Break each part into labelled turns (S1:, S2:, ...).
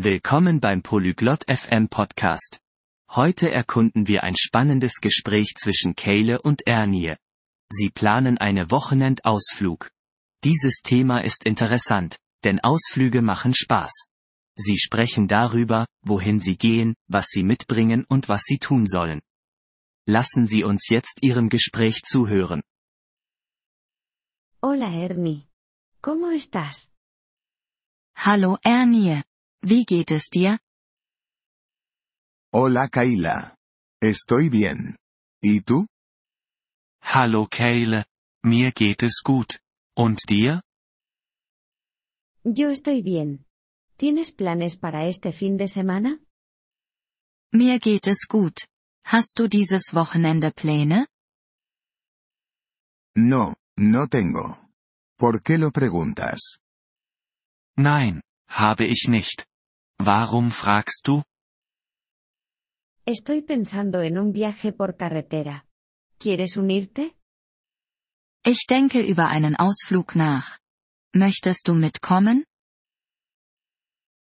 S1: Willkommen beim Polyglot FM Podcast. Heute erkunden wir ein spannendes Gespräch zwischen Kayle und Ernie. Sie planen eine Wochenendausflug. Dieses Thema ist interessant, denn Ausflüge machen Spaß. Sie sprechen darüber, wohin sie gehen, was sie mitbringen und was sie tun sollen. Lassen Sie uns jetzt Ihrem Gespräch zuhören.
S2: Hola Ernie. ¿Cómo estás?
S3: Hallo Ernie. Wie geht es dir?
S4: Hola Kaila. Estoy bien. ¿Y tú?
S5: Hallo Kayle. Mir geht es gut. Und dir?
S2: Yo estoy bien. ¿Tienes planes para este fin de semana?
S3: Mir geht es gut. Hast du dieses Wochenende Pläne?
S4: No, no tengo. ¿Por qué lo preguntas?
S5: Nein, habe ich nicht. Warum fragst du?
S2: Estoy pensando en un viaje por carretera. ¿Quieres unirte?
S3: Ich denke über einen Ausflug nach. Möchtest du mitkommen?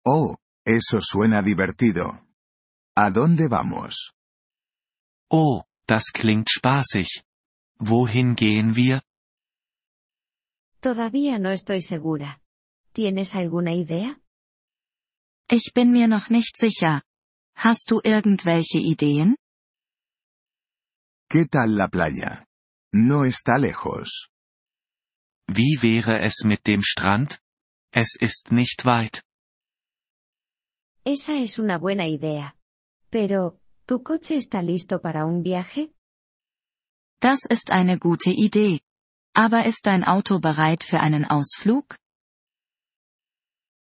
S4: Oh, eso suena divertido. ¿A dónde vamos?
S5: Oh, das klingt spaßig. Wohin gehen wir?
S2: Todavía no estoy segura. ¿Tienes alguna idea?
S3: Ich bin mir noch nicht sicher. Hast du irgendwelche Ideen?
S4: ¿Qué tal la playa? No está lejos.
S5: Wie wäre es mit dem Strand? Es ist nicht weit.
S2: Esa es una buena idea. Pero, ¿tu coche está listo para un viaje?
S3: Das ist eine gute Idee. Aber ist dein Auto bereit für einen Ausflug?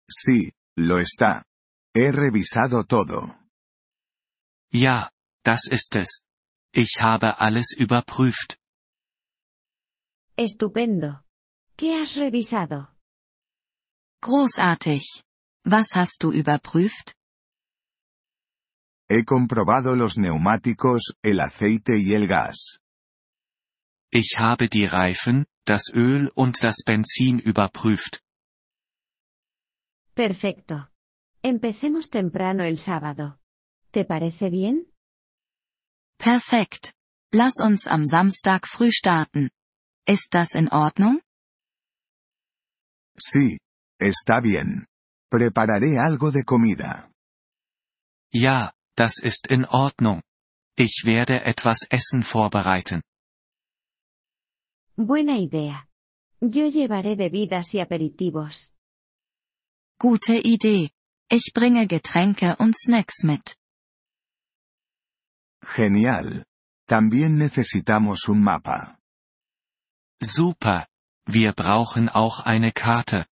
S4: Sí, lo está. He revisado todo.
S5: Ja, das ist es. Ich habe alles überprüft.
S2: Estupendo. ¿Qué has revisado?
S3: Großartig. Was hast du überprüft?
S4: He comprobado los neumáticos, el aceite y el gas.
S5: Ich habe die Reifen, das Öl und das Benzin überprüft.
S2: Perfecto. Empecemos temprano el sábado. ¿Te parece bien?
S3: Perfekt. Lass uns am Samstag früh starten. Ist das in Ordnung?
S4: Sí, está bien. Prepararé algo de comida.
S5: Ja, das ist in Ordnung. Ich werde etwas Essen vorbereiten.
S2: Buena idea. Yo llevaré bebidas y aperitivos.
S3: Gute Idee. Ich bringe Getränke und Snacks mit.
S4: Genial. También necesitamos un mapa.
S5: Super. Wir brauchen auch eine Karte.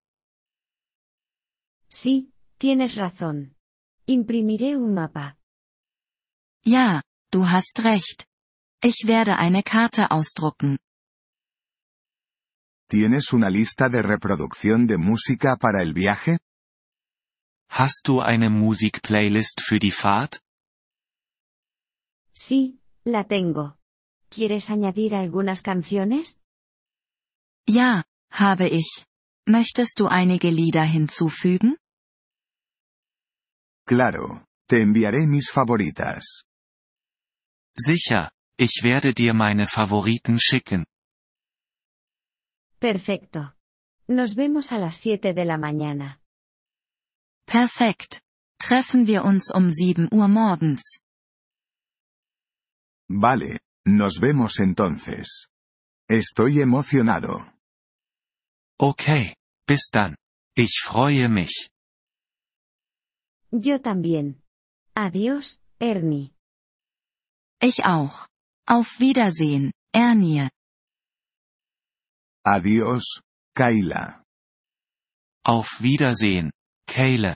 S2: Sí, tienes razón. Imprimiré un mapa.
S3: Ja, du hast recht. Ich werde eine Karte ausdrucken.
S4: ¿Tienes una lista de reproducción de música para el viaje?
S5: Hast du eine Musikplaylist für die Fahrt?
S2: Sí, la tengo. ¿Quieres añadir algunas canciones?
S3: Ja, habe ich. Möchtest du einige Lieder hinzufügen?
S4: Claro, te enviaré mis favoritas.
S5: Sicher, ich werde dir meine Favoriten schicken.
S2: Perfecto. Nos vemos a las 7 de la mañana.
S3: Perfekt. Treffen wir uns um 7 Uhr morgens.
S4: Vale, nos vemos entonces. Estoy emocionado.
S5: Okay, bis dann. Ich freue mich.
S2: Yo también. Adiós, Ernie.
S3: Ich auch. Auf Wiedersehen, Ernie.
S4: Adiós, Kaila.
S5: Auf Wiedersehen, Kayle.